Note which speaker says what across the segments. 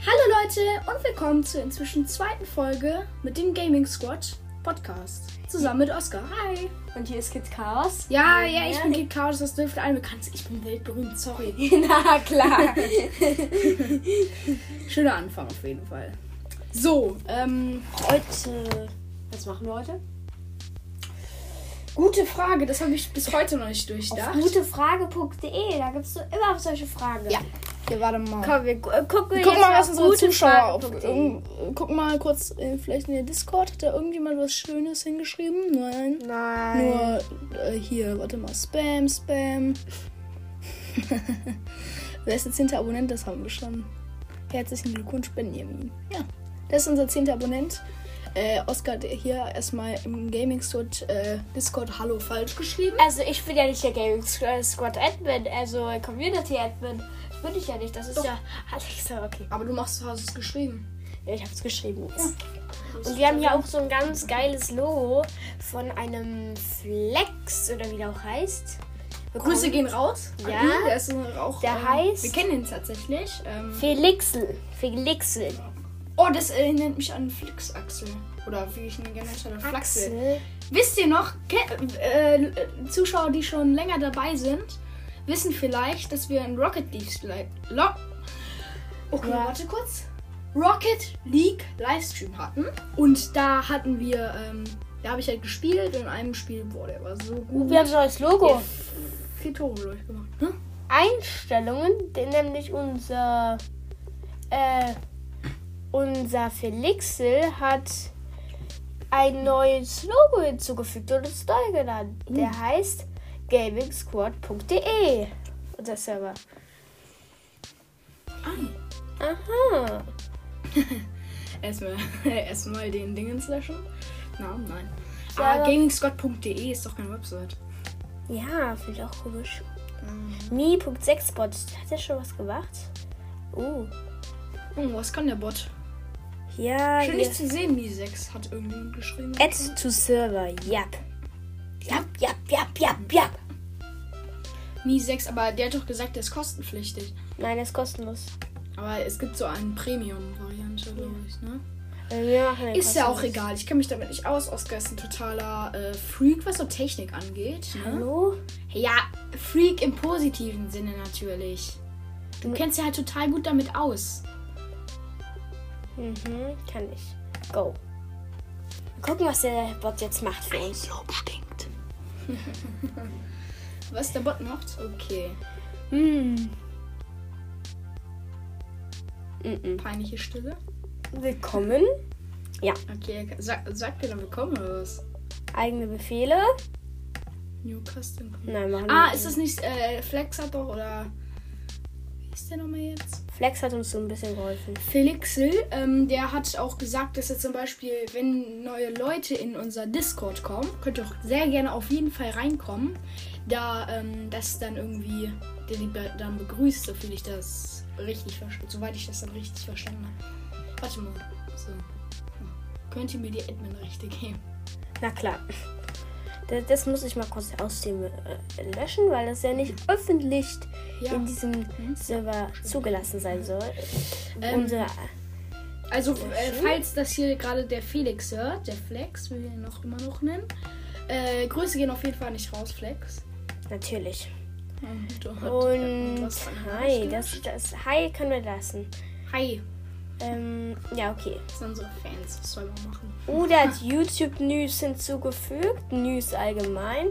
Speaker 1: Leute und willkommen zur inzwischen zweiten Folge mit dem Gaming Squad Podcast. Zusammen mit Oskar. Hi.
Speaker 2: Und hier ist Kids Chaos.
Speaker 1: Ja, ja, ich bin Kid Chaos, das dürfte allen bekannt sein. Ich bin weltberühmt, sorry.
Speaker 2: Na klar.
Speaker 1: Schöner Anfang auf jeden Fall. So, ähm,
Speaker 2: heute. Was machen wir heute?
Speaker 1: gute Frage, das habe ich bis heute noch nicht
Speaker 2: Auf
Speaker 1: durchdacht.
Speaker 2: gutefrage.de. Da gibst du immer auf solche Fragen.
Speaker 1: Ja. Ja, warte mal.
Speaker 2: Komm, wir gu äh, gucken
Speaker 1: Guck
Speaker 2: jetzt
Speaker 1: mal, was
Speaker 2: auf
Speaker 1: unsere Zuschauer auf,
Speaker 2: gutefrage.de.
Speaker 1: ähm, Guck mal kurz, äh, vielleicht in der Discord. Hat da irgendjemand was Schönes hingeschrieben? Nein.
Speaker 2: Nein.
Speaker 1: Nur äh, hier, warte mal, Spam, Spam. Wer ist der zehnte Abonnent? Das haben wir schon. Herzlichen Glückwunsch, Benjamin. Ja, das ist unser zehnter Abonnent. Äh, Oskar hat hier erstmal im Gaming Sword äh, Discord Hallo falsch geschrieben.
Speaker 2: Also, ich bin ja nicht der Gaming Squ- äh, Squad Admin, also Community Admin. Das bin ich ja nicht. Das ist
Speaker 1: Doch.
Speaker 2: ja. Alexa, okay.
Speaker 1: Aber du machst, du hast es geschrieben.
Speaker 2: Ja, ich hab's geschrieben. Und wir haben hier auch so ein ganz geiles Logo von einem Flex oder wie der auch heißt.
Speaker 1: Grüße gehen raus. an
Speaker 2: Ja.
Speaker 1: ihn. Der ist so auch.
Speaker 2: Der heißt-
Speaker 1: Wir kennen ihn tatsächlich. Ähm,
Speaker 2: Felixel. Felixel.
Speaker 1: oh, das erinnert mich an Flixachsel. Oder wie ich ihn genannt habe, Flachsel.
Speaker 2: Axel.
Speaker 1: Wisst ihr noch, ke- äh, äh, Zuschauer, die schon länger dabei sind, wissen vielleicht, dass wir in Rocket League Li- Lo okay,
Speaker 2: Ja.
Speaker 1: warte kurz. Rocket League Livestream hatten. Und da hatten wir, ähm, da habe ich halt gespielt und in einem Spiel wurde er so gut.
Speaker 2: Wir haben so ein neues Logo.
Speaker 1: Ja. vier Tore, glaube ich, gemacht. Ne?
Speaker 2: Einstellungen, denn nämlich unser äh, unser Felixel hat ein neues Logo hinzugefügt und es neu genannt.
Speaker 1: Hm.
Speaker 2: Der heißt gamingsquad.de unser Server.
Speaker 1: Ah,
Speaker 2: Aha.
Speaker 1: erstmal, erstmal den Dingens löschen. Na, nein.
Speaker 2: Ja,
Speaker 1: Ah,
Speaker 2: aber-
Speaker 1: gamingscott.de ist doch keine Website.
Speaker 2: Ja, finde ich auch komisch.
Speaker 1: Mhm.
Speaker 2: Mi.6bot, hat er schon was gemacht? Oh.
Speaker 1: Oh, was kann der Bot?
Speaker 2: Ja,
Speaker 1: Schön,
Speaker 2: hier-
Speaker 1: dich zu sehen, Mi6 hat irgendjemand geschrieben.
Speaker 2: Add to Server, yap. Yap, yap, yap, yap, yap.
Speaker 1: Mi 6, aber der hat doch gesagt, der ist kostenpflichtig.
Speaker 2: Nein, das ist kostenlos.
Speaker 1: Aber es gibt so eine Premium-Variante, glaube ich, ne?
Speaker 2: Äh, Wir machen den
Speaker 1: Ist ja auch
Speaker 2: kostenlos.
Speaker 1: egal, ich kenne mich damit nicht aus. Oscar ist ein totaler äh, Freak, was so Technik angeht. Ne?
Speaker 2: Hallo?
Speaker 1: Ja, Freak im positiven Sinne natürlich. Du
Speaker 2: Mhm.
Speaker 1: kennst ja halt total gut damit aus.
Speaker 2: Mhm, kann ich. Go. Wir gucken, was der Bot jetzt macht für uns.
Speaker 1: Lob stinkt. was der Bot macht? Okay.
Speaker 2: Hm. Mhm.
Speaker 1: Peinliche Stille.
Speaker 2: Willkommen.
Speaker 1: Okay, sag, sagt dir dann willkommen oder was?
Speaker 2: Eigene Befehle.
Speaker 1: New Custom.
Speaker 2: Nein, machen wir
Speaker 1: Ah,
Speaker 2: nicht.
Speaker 1: ist das nicht äh, Flex hat doch oder wie ist der nochmal jetzt?
Speaker 2: Flex hat uns so ein bisschen geholfen.
Speaker 1: Felixel, ähm, der hat auch gesagt, dass er zum Beispiel, wenn neue Leute in unser Discord kommen, könnt ihr auch sehr gerne auf jeden Fall reinkommen, da ähm, das dann irgendwie der die be- dann begrüßt, so viel ich das richtig verstehe, soweit ich das dann richtig verstanden habe. Warte mal, so. Ja. Könnt ihr mir die Admin-Rechte geben?
Speaker 2: Na klar. Das, das muss ich mal kurz aus dem äh, löschen, weil das ja nicht öffentlich
Speaker 1: Ja.
Speaker 2: in diesem Server zugelassen sein soll.
Speaker 1: Ähm,
Speaker 2: Unser
Speaker 1: Also, äh,
Speaker 2: schön.
Speaker 1: falls das hier gerade der Felix hört, der Flex, wie wir ihn noch immer noch nennen, äh, Grüße gehen auf jeden Fall nicht raus, Flex.
Speaker 2: natürlich.
Speaker 1: Und,
Speaker 2: Und hi, das,
Speaker 1: ist
Speaker 2: das hi können wir lassen.
Speaker 1: Hi,
Speaker 2: Ähm, ja, okay.
Speaker 1: das sind unsere Fans, was soll man machen?
Speaker 2: Oder hat YouTube News hinzugefügt, News allgemein.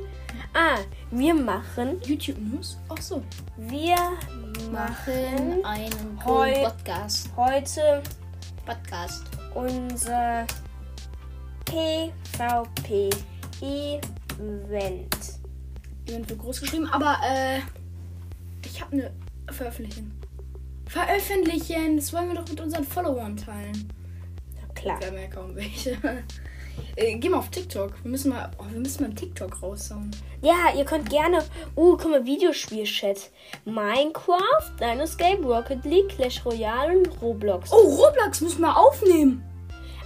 Speaker 2: Ah, wir machen,
Speaker 1: YouTube News? Ach so.
Speaker 2: wir machen
Speaker 1: einen
Speaker 2: Heu-
Speaker 1: Podcast.
Speaker 2: heute
Speaker 1: Podcast.
Speaker 2: unser PvP-Event.
Speaker 1: Event wird groß geschrieben, aber äh, ich habe eine veröffentlichen. Veröffentlichen, das wollen wir doch mit unseren Followern teilen.
Speaker 2: Na klar.
Speaker 1: Wir haben ja kaum welche. Äh, Geh mal auf TikTok. Wir müssen mal, oh, wir müssen mal einen TikTok raushauen.
Speaker 2: Ja, ihr könnt gerne. Uh, guck mal, Videospielchat. Minecraft, Dinoscape, Rocket League, Clash Royale und Roblox.
Speaker 1: Oh, Roblox müssen wir aufnehmen.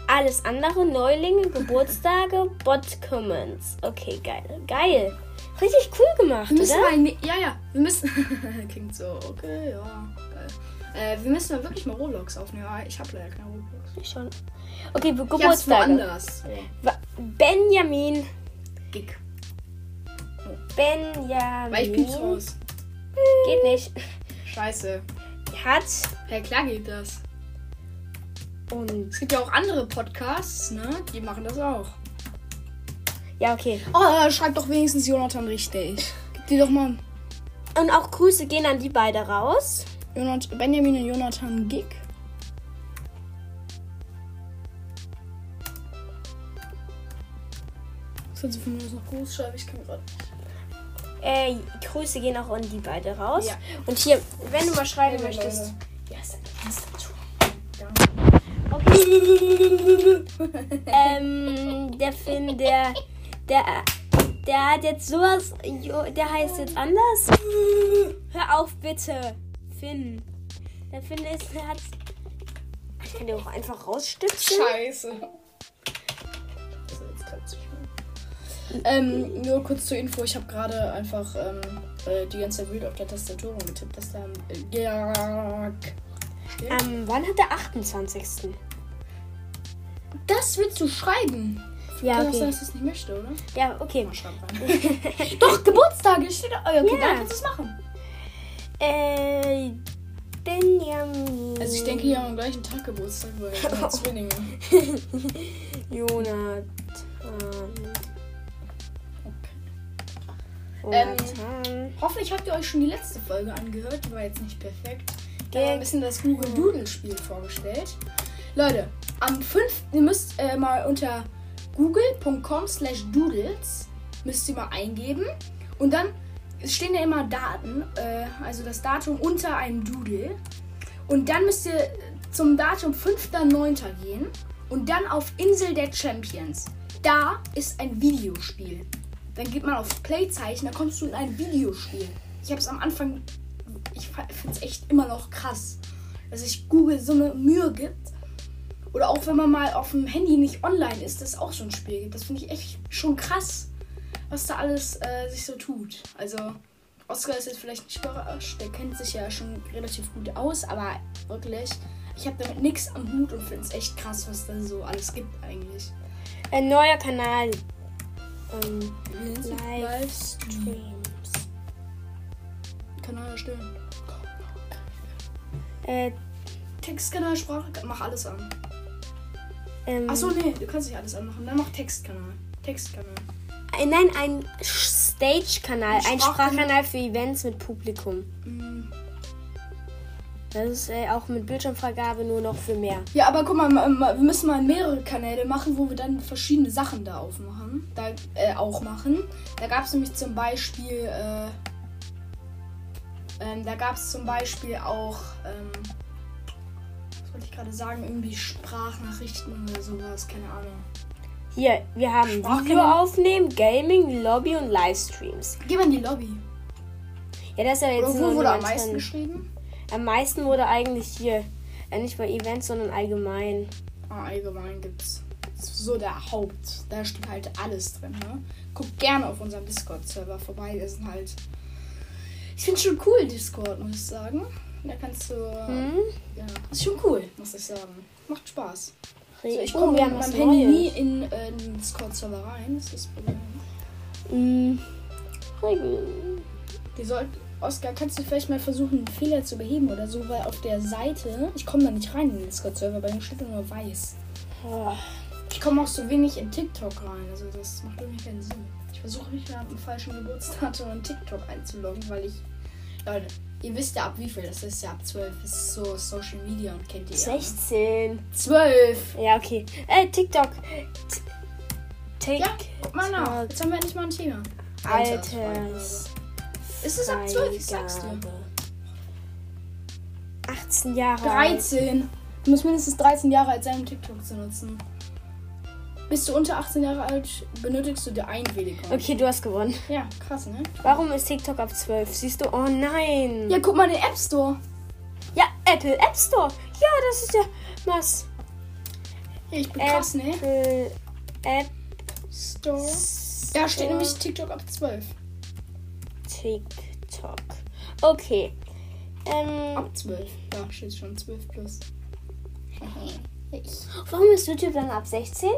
Speaker 2: Alles andere, Neulinge, Geburtstage, Bot-Comments. Okay, geil. Geil. Richtig cool gemacht,
Speaker 1: Wir müssen
Speaker 2: oder?
Speaker 1: mal. ne- Ja, ja. Wir müssen. Klingt so, okay, ja. Geil. Äh, wir müssen mal wirklich mal Roblox aufnehmen. aber Ich habe leider keine Roblox.
Speaker 2: Ich schon. Okay,
Speaker 1: Ich hab's
Speaker 2: Geburtstage.
Speaker 1: woanders.
Speaker 2: Wa- Benjamin.
Speaker 1: Gig.
Speaker 2: Benjamin.
Speaker 1: Weil ich piep's raus.
Speaker 2: Geht nicht.
Speaker 1: Scheiße.
Speaker 2: Hat.
Speaker 1: Ja, klar geht das.
Speaker 2: Und.
Speaker 1: Es gibt ja auch andere Podcasts, ne? Die machen das auch.
Speaker 2: Ja, okay.
Speaker 1: Oh, schreibt doch wenigstens Jonathan richtig. Gib dir doch mal
Speaker 2: Und auch Grüße gehen an die beiden raus.
Speaker 1: Jonat Benjamin und Jonathan Gig. Was hat sie von mir aus noch groß schreiben? Ich kann gerade.
Speaker 2: Äh, Grüße gehen auch an die beiden raus.
Speaker 1: Ja.
Speaker 2: Und hier, wenn du was schreiben
Speaker 1: Hey,
Speaker 2: möchtest.
Speaker 1: Ja, ist
Speaker 2: Okay. ähm, der Finn, der, der, der hat jetzt sowas, jo, der heißt jetzt anders. Hör auf bitte, Finn. Der Finn ist, der hat, ich kann den auch einfach rausstützen.
Speaker 1: Scheiße. Das war jetzt grad zu schnell. Ähm, nur kurz zur Info, ich habe gerade einfach ähm, äh, die ganze Zeit wild auf der Tastatur rumgetippt, dass da äh, Gag.
Speaker 2: Ähm, wann hat der 28.?
Speaker 1: Das willst du schreiben?
Speaker 2: Ja,
Speaker 1: Kann auch sein,
Speaker 2: okay.
Speaker 1: dass du es nicht möchte, oder?
Speaker 2: Ja, okay.
Speaker 1: Mal schreib rein. Doch, Geburtstage steht da. Oh, ja, okay,
Speaker 2: Ja.
Speaker 1: dann kannst du es machen.
Speaker 2: Äh, Benjamin.
Speaker 1: Also ich denke, die haben am gleichen Tag Geburtstag, weil wir sind Zwillinge.
Speaker 2: Jonathan.
Speaker 1: Ähm,
Speaker 2: Jonathan.
Speaker 1: Hoffentlich habt ihr euch schon die letzte Folge angehört, die war jetzt nicht perfekt. Da haben wir
Speaker 2: Gag.
Speaker 1: ein bisschen das Google Doodle Spiel vorgestellt. Leute, am 5. ihr müsst äh, mal unter google.com slash doodles müsst ihr mal eingeben und dann stehen ja immer Daten, äh, also das Datum unter einem Doodle und dann müsst ihr zum Datum 5.9. gehen und dann auf Insel der Champions. Da ist ein Videospiel. Dann geht man auf Playzeichen, da kommst du in ein Videospiel. Ich habe es am Anfang, ich finde es echt immer noch krass, dass sich Google so eine Mühe gibt. Oder auch wenn man mal auf dem Handy nicht online ist, dass es auch so ein Spiel gibt. Das finde ich echt schon krass, was da alles äh, sich so tut. Also, Oscar ist jetzt vielleicht nicht überrascht, der kennt sich ja schon relativ gut aus, aber wirklich, ich habe damit nichts am Hut und finde es echt krass, was da so alles gibt eigentlich.
Speaker 2: Ein Äh, neuer Kanal. Ähm,
Speaker 1: Also
Speaker 2: Livestreams.
Speaker 1: Kanal erstellen.
Speaker 2: Äh,
Speaker 1: Textkanal, Sprache, mach alles an.
Speaker 2: ähm,
Speaker 1: Achso, nee, du kannst nicht alles anmachen. Dann mach Textkanal. Textkanal.
Speaker 2: ein- äh, nein, ein Stage-Kanal,
Speaker 1: Ein
Speaker 2: ein
Speaker 1: Sprachkanal.
Speaker 2: Sprachkanal für Events mit Publikum.
Speaker 1: Mm.
Speaker 2: Das ist äh, auch mit Bildschirmvergabe nur noch für mehr.
Speaker 1: Ja, aber guck mal, ma- ma- wir müssen mal mehrere Kanäle machen, wo wir dann verschiedene Sachen da aufmachen. Da äh, auch machen. Da gab es nämlich zum Beispiel. Äh, ähm, da gab es zum Beispiel auch. Ähm, was wollte ich gerade sagen? Irgendwie Sprachnachrichten oder sowas. Keine Ahnung.
Speaker 2: Hier, wir haben
Speaker 1: Sprachkanal.
Speaker 2: Video aufnehmen, Gaming, Lobby und Livestreams.
Speaker 1: Geh mal in die Lobby.
Speaker 2: Ja, das ist ja jetzt
Speaker 1: Oder
Speaker 2: nur
Speaker 1: wo wurde
Speaker 2: eine
Speaker 1: am
Speaker 2: ganz
Speaker 1: meisten
Speaker 2: kleine-
Speaker 1: geschrieben?
Speaker 2: Am meisten wurde eigentlich hier. Äh, nicht bei Events, sondern allgemein.
Speaker 1: Ah, allgemein gibt's so der Haupt. Da steht halt alles drin, ne? Guckt gerne auf unserem Discord-Server vorbei. Das sind halt. Ich finde schon cool Discord, muss ich sagen. Da kannst du.
Speaker 2: Hm?
Speaker 1: Ja, ist schon cool, muss ich sagen. Macht Spaß. Also ich
Speaker 2: Oh,
Speaker 1: komme
Speaker 2: wir
Speaker 1: mit
Speaker 2: haben was
Speaker 1: meinem Handy nie
Speaker 2: Neues.
Speaker 1: in äh, den Discord-Server rein. Das ist das Problem.
Speaker 2: Mm. Regeln.
Speaker 1: Die sollten. Oscar, kannst du vielleicht mal versuchen, einen Fehler zu beheben oder so, weil auf der Seite, ich komme da nicht rein in den Discord-Server, bei mir steht nur weiß.
Speaker 2: Oh.
Speaker 1: Ich komme auch so wenig in TikTok rein, also das macht irgendwie keinen Sinn. Ich versuche mich am falschen Geburtsdatum in TikTok einzuloggen, weil ich. Leute, ihr wisst ja ab wie viel, das ist ja ab 12, das ist so Social Media und kennt ihr. ja, ne?
Speaker 2: 16.
Speaker 1: 12!
Speaker 2: Ja, okay. Äh, TikTok. T- Tik.
Speaker 1: Ja, guck mal nach. Jetzt haben wir endlich mal ein Thema.
Speaker 2: Alters.
Speaker 1: Ist es ab 12? Ich sag's dir.
Speaker 2: Freigabe. 18 Jahre alt.
Speaker 1: 13. Du musst mindestens 13 Jahre alt sein, um TikTok zu nutzen. Bist du unter 18 Jahre alt, benötigst du die Einwilligung.
Speaker 2: Okay, Mhm. du hast gewonnen.
Speaker 1: Ja, krass, ne?
Speaker 2: Warum ist TikTok ab 12? Siehst du? Oh nein.
Speaker 1: Ja, guck mal in den App Store.
Speaker 2: Ja, Apple App Store. Ja, das ist ja was.
Speaker 1: Ja, ich bin
Speaker 2: Äh,
Speaker 1: krass, ne?
Speaker 2: Apple App
Speaker 1: Store.
Speaker 2: Store. Äh.
Speaker 1: Da steht nämlich TikTok ab 12.
Speaker 2: TikTok. Okay. Ähm,
Speaker 1: Ab 12. Da steht schon 12 plus.
Speaker 2: warum ist YouTube dann ab 16?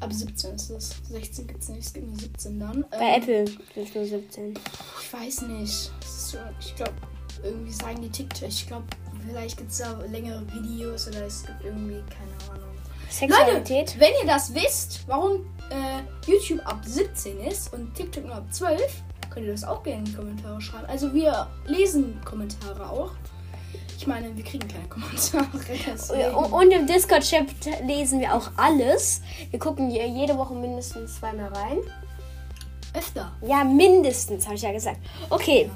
Speaker 1: Ab 17 ist es. 16 gibt's nicht, es gibt nur 17 dann.
Speaker 2: Bei
Speaker 1: Ähm,
Speaker 2: Apple ist nur 17.
Speaker 1: Ich weiß nicht. Es ist schon- Ich glaube, irgendwie sagen die TikTok. Ich glaube, vielleicht gibt es da längere Videos oder es gibt irgendwie, keine Ahnung.
Speaker 2: Sexualität?
Speaker 1: Leute, wenn ihr das wisst, warum äh, YouTube ab 17 ist und TikTok nur ab 12, könnt ihr das auch gerne in die Kommentare schreiben. Also wir lesen Kommentare auch. Ich meine, wir kriegen keine Kommentare. deswegen.
Speaker 2: Oh, Und und im Discord-Chat lesen wir auch alles. Wir gucken je- jede Woche mindestens zweimal rein. oh.
Speaker 1: Öfter.
Speaker 2: Ja, mindestens, habe ich ja gesagt. Okay.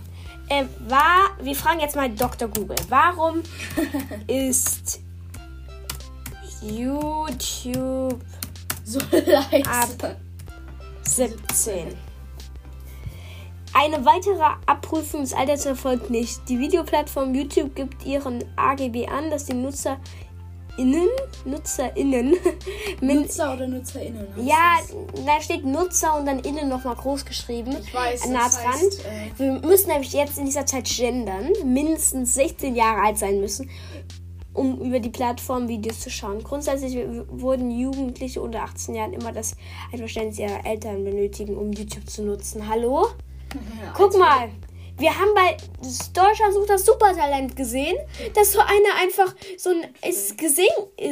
Speaker 2: Äh, war, wir fragen jetzt mal Dr. Google. Warum ist YouTube
Speaker 1: So leise.
Speaker 2: Ab. 17? Eine weitere Abprüfung des Alters erfolgt nicht. Die Videoplattform YouTube gibt ihren AGB an, dass die NutzerInnen, NutzerInnen, min-
Speaker 1: Nutzer oder NutzerInnen. heißt
Speaker 2: ja,
Speaker 1: das.
Speaker 2: da steht Nutzer und dann innen nochmal groß geschrieben.
Speaker 1: Ich weiß,
Speaker 2: nah
Speaker 1: das
Speaker 2: dran.
Speaker 1: heißt, äh,
Speaker 2: Wir müssen nämlich jetzt in dieser Zeit gendern, mindestens 16 Jahre alt sein müssen, um über die Plattform Videos zu schauen. Grundsätzlich w- wurden Jugendliche unter 18 Jahren immer das Einverständnis ihrer Eltern benötigen, um YouTube zu nutzen. Hallo? Guck mal. Wir haben bei Deutschland sucht das Supertalent gesehen, dass so einer einfach so ein es Gesing,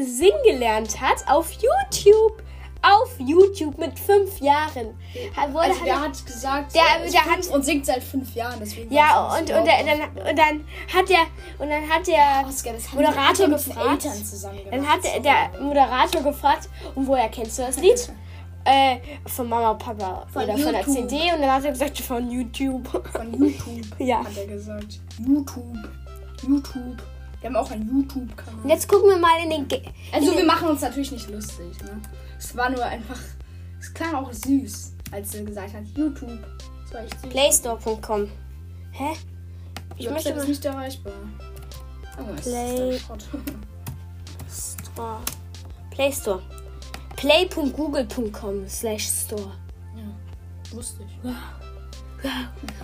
Speaker 2: Sing gelernt hat auf YouTube. Auf YouTube mit fünf Jahren. Er wurde
Speaker 1: Also
Speaker 2: halt-
Speaker 1: der hat gesagt,
Speaker 2: Der-
Speaker 1: er ist
Speaker 2: der
Speaker 1: fünf
Speaker 2: hat-
Speaker 1: und singt seit fünf Jahren, deswegen.
Speaker 2: Ja,
Speaker 1: weiß
Speaker 2: und,
Speaker 1: ich
Speaker 2: und,
Speaker 1: überhaupt
Speaker 2: der, dann,
Speaker 1: nicht.
Speaker 2: und dann hat der und dann hat der
Speaker 1: Oscar, Oh, das haben die
Speaker 2: Moderator
Speaker 1: Eltern mit den
Speaker 2: gefragt.
Speaker 1: Eltern zusammen gemacht.
Speaker 2: Dann hat der, der Moderator gefragt, und woher kennst du das Lied? Äh, von Mama, Papa
Speaker 1: Von
Speaker 2: oder von der
Speaker 1: YouTube.
Speaker 2: CD und dann hat er gesagt, von YouTube.
Speaker 1: von YouTube.
Speaker 2: Ja.
Speaker 1: Hat er gesagt. YouTube. YouTube. Wir haben auch einen
Speaker 2: Und
Speaker 1: YouTube-Kanal.
Speaker 2: jetzt gucken wir mal in den. Ge
Speaker 1: Also
Speaker 2: in
Speaker 1: wir
Speaker 2: den
Speaker 1: machen uns natürlich nicht lustig, ne? Es war nur einfach. Es klang auch süß, als er gesagt hat, YouTube. Das war echt süß.
Speaker 2: Playstore.com. Hä? Ich möchte
Speaker 1: das
Speaker 2: mal.
Speaker 1: nicht erreichbar. Oh, es ist
Speaker 2: Play-
Speaker 1: der Schrott.
Speaker 2: Store. Play Store. Play.google.com slash Store.
Speaker 1: Wusste ich.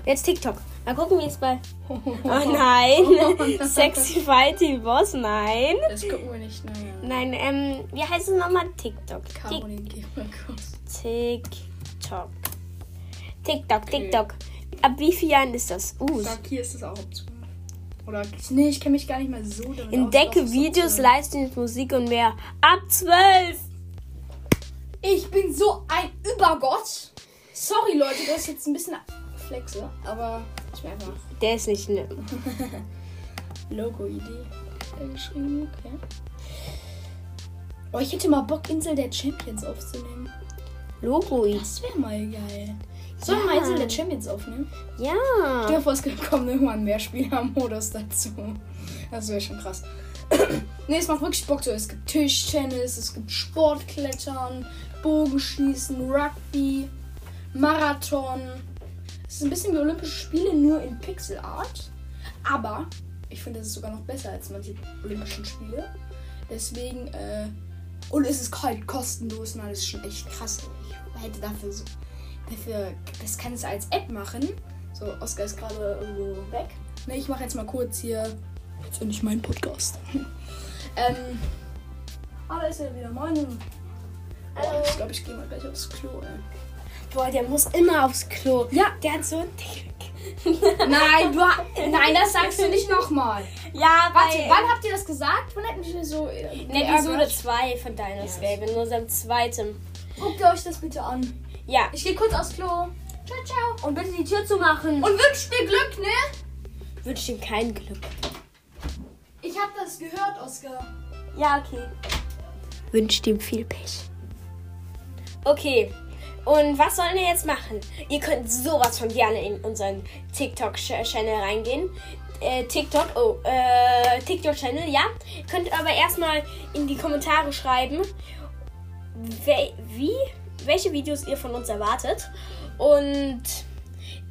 Speaker 2: Jetzt TikTok. Mal gucken, wie es bei. Oh nein! Sexy Fighty Boss, nein!
Speaker 1: Das gucken wir nicht, naja.
Speaker 2: Nein, ähm, wie heißt es nochmal? TikTok. Tik-
Speaker 1: Caroline, geh mal kurz.
Speaker 2: TikTok. TikTok, TikTok. Ab wie vielen Jahren ist das? Uh,
Speaker 1: Sag, hier ist es auch optional. Oder nee, ich kenne mich gar nicht mehr so damit
Speaker 2: entdecke
Speaker 1: aus, dass es
Speaker 2: Videos,
Speaker 1: optional
Speaker 2: Livestreams, Musik und mehr. Ab 12!
Speaker 1: ist. Ich bin so ein Übergott. Sorry Leute, das ist jetzt ein bisschen flexe, aber ich bin einfach
Speaker 2: Der ist nicht schlimm.
Speaker 1: Logo-Idee äh, geschrieben, okay. Oh, ich hätte mal Bock, Insel der Champions aufzunehmen.
Speaker 2: Logo.
Speaker 1: Das wäre mal geil. Sollen wir
Speaker 2: Ja.
Speaker 1: mal Insel der Champions aufnehmen? Ich
Speaker 2: Ja.
Speaker 1: glaube, es kommt irgendwann mehr Spielermodus dazu. Das wäre schon krass. ne, es macht wirklich Bock so. Es gibt Tischtennis, es gibt Sportklettern, Bogenschießen, Rugby, Marathon. Es ist ein bisschen wie Olympische Spiele, nur in Pixelart. Aber ich finde, das ist sogar noch besser als manche Olympischen Spiele. Deswegen, äh, und es ist halt kostenlos, man, das ist schon echt krass. Ich hätte dafür so, dafür, das kann es als App machen. So, Oskar ist gerade irgendwo weg. Ne, ich mache jetzt mal kurz hier, jetzt endlich meinen Podcast. ähm, ah, da ist er wieder, moin. Boah, ich glaube, ich gehe mal gleich aufs Klo, ey.
Speaker 2: Boah, der muss immer aufs Klo.
Speaker 1: Ja,
Speaker 2: Der hat so einen Tick.
Speaker 1: nein, du, ha- nein, das sagst du nicht nochmal.
Speaker 2: Ja,
Speaker 1: Warte,
Speaker 2: weil-
Speaker 1: wann habt ihr das gesagt? Wann hätten wir so... äh,
Speaker 2: In Episode
Speaker 1: geärgert?
Speaker 2: 2 von Dinosaur, in unserem zweiten.
Speaker 1: Guckt euch das bitte an.
Speaker 2: Ja.
Speaker 1: Ich gehe kurz aufs Klo. Ciao, ciao.
Speaker 2: Und bitte die Tür zu machen.
Speaker 1: Und wünscht mir Glück, ne?
Speaker 2: Wünsche ihm kein Glück.
Speaker 1: Ich hab das gehört, Oskar.
Speaker 2: Ja, okay. Wünscht ihm viel Pech. Okay. Und was sollen wir jetzt machen? Ihr könnt sowas von gerne in unseren TikTok-Channel reingehen. Äh, TikTok, oh, äh, TikTok-Channel, ja. Ihr könnt aber erstmal in die Kommentare schreiben, wel wie, welche Videos ihr von uns erwartet. Und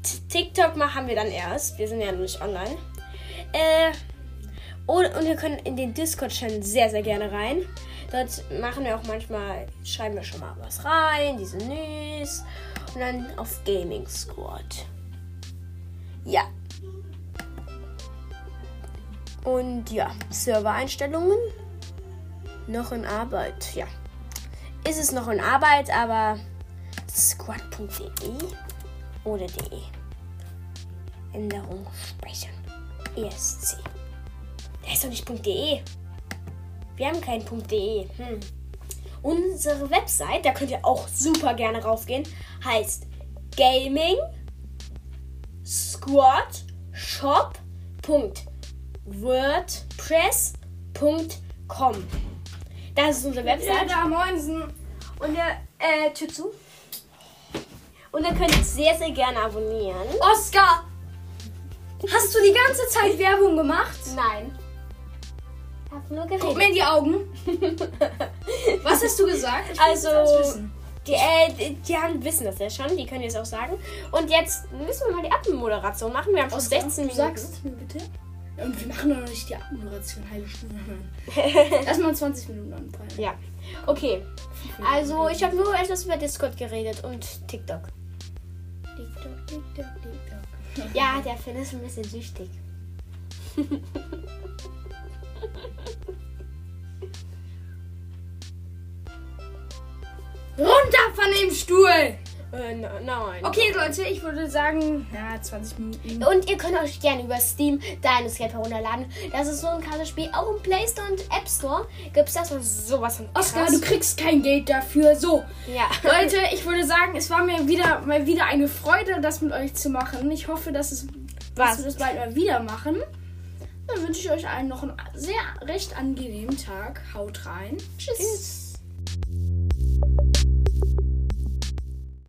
Speaker 2: T- TikTok machen wir dann erst. Wir sind ja noch nicht online. Äh, und, und wir können in den Discord-Channel sehr, sehr gerne rein. Dort machen wir auch manchmal, schreiben wir schon mal was rein, diese News. Und dann auf Gaming Squad. Ja. Und ja, Servereinstellungen. Noch in Arbeit, ja. Ist es noch in Arbeit, aber squad.de oder de. Änderung speichern. E ESC. Da ist doch nicht .de. Wir haben kein .de. Hm. Unsere Website, da könnt ihr auch super gerne raufgehen, heißt Gaming Squad Shop. WordPress.com. Das ist unsere Website.
Speaker 1: da Moinsen.
Speaker 2: Und der äh, Tür zu. Und ihr könnt sehr, sehr gerne abonnieren.
Speaker 1: Oskar! Hast du die ganze Zeit Werbung gemacht?
Speaker 2: Nein. Hab nur
Speaker 1: Guck
Speaker 2: geredet.
Speaker 1: mir in die Augen. Was hast du gesagt? Ich will
Speaker 2: Also-
Speaker 1: das alles wissen.
Speaker 2: Die, äh, die, die haben, wissen das ja schon, die können jetzt auch sagen. Und jetzt müssen wir mal die Abmoderation machen. Wir haben schon 16
Speaker 1: du
Speaker 2: Minuten.
Speaker 1: sagst es mir bitte. Und wir machen doch noch nicht die Abmoderation, halbe Stunde. Lass mal 20 Minuten anfallen.
Speaker 2: Ja. Okay. Also, ich habe nur etwas über Discord geredet und TikTok.
Speaker 1: TikTok, TikTok, TikTok.
Speaker 2: Ja, der Finn ist ein bisschen süchtig.
Speaker 1: Runter von dem Stuhl!
Speaker 2: Äh, no, nein.
Speaker 1: Okay, Leute, ich würde sagen, na, 20 Minuten.
Speaker 2: Und ihr könnt euch gerne über Steam deine Skater runterladen. Das ist so ein krasses Spiel. Auch im Play Store und App Store gibt es das und sowas von krass.
Speaker 1: Oskar, du kriegst kein Geld dafür. So,
Speaker 2: Ja.
Speaker 1: Leute, ich würde sagen, es war mir wieder mal wieder eine Freude, das mit euch zu machen. Ich hoffe, dass, es, dass
Speaker 2: Was?
Speaker 1: wir das bald mal wieder machen. Dann wünsche ich euch allen noch einen sehr recht angenehmen Tag. Haut rein. Tschüss.
Speaker 2: Tschüss.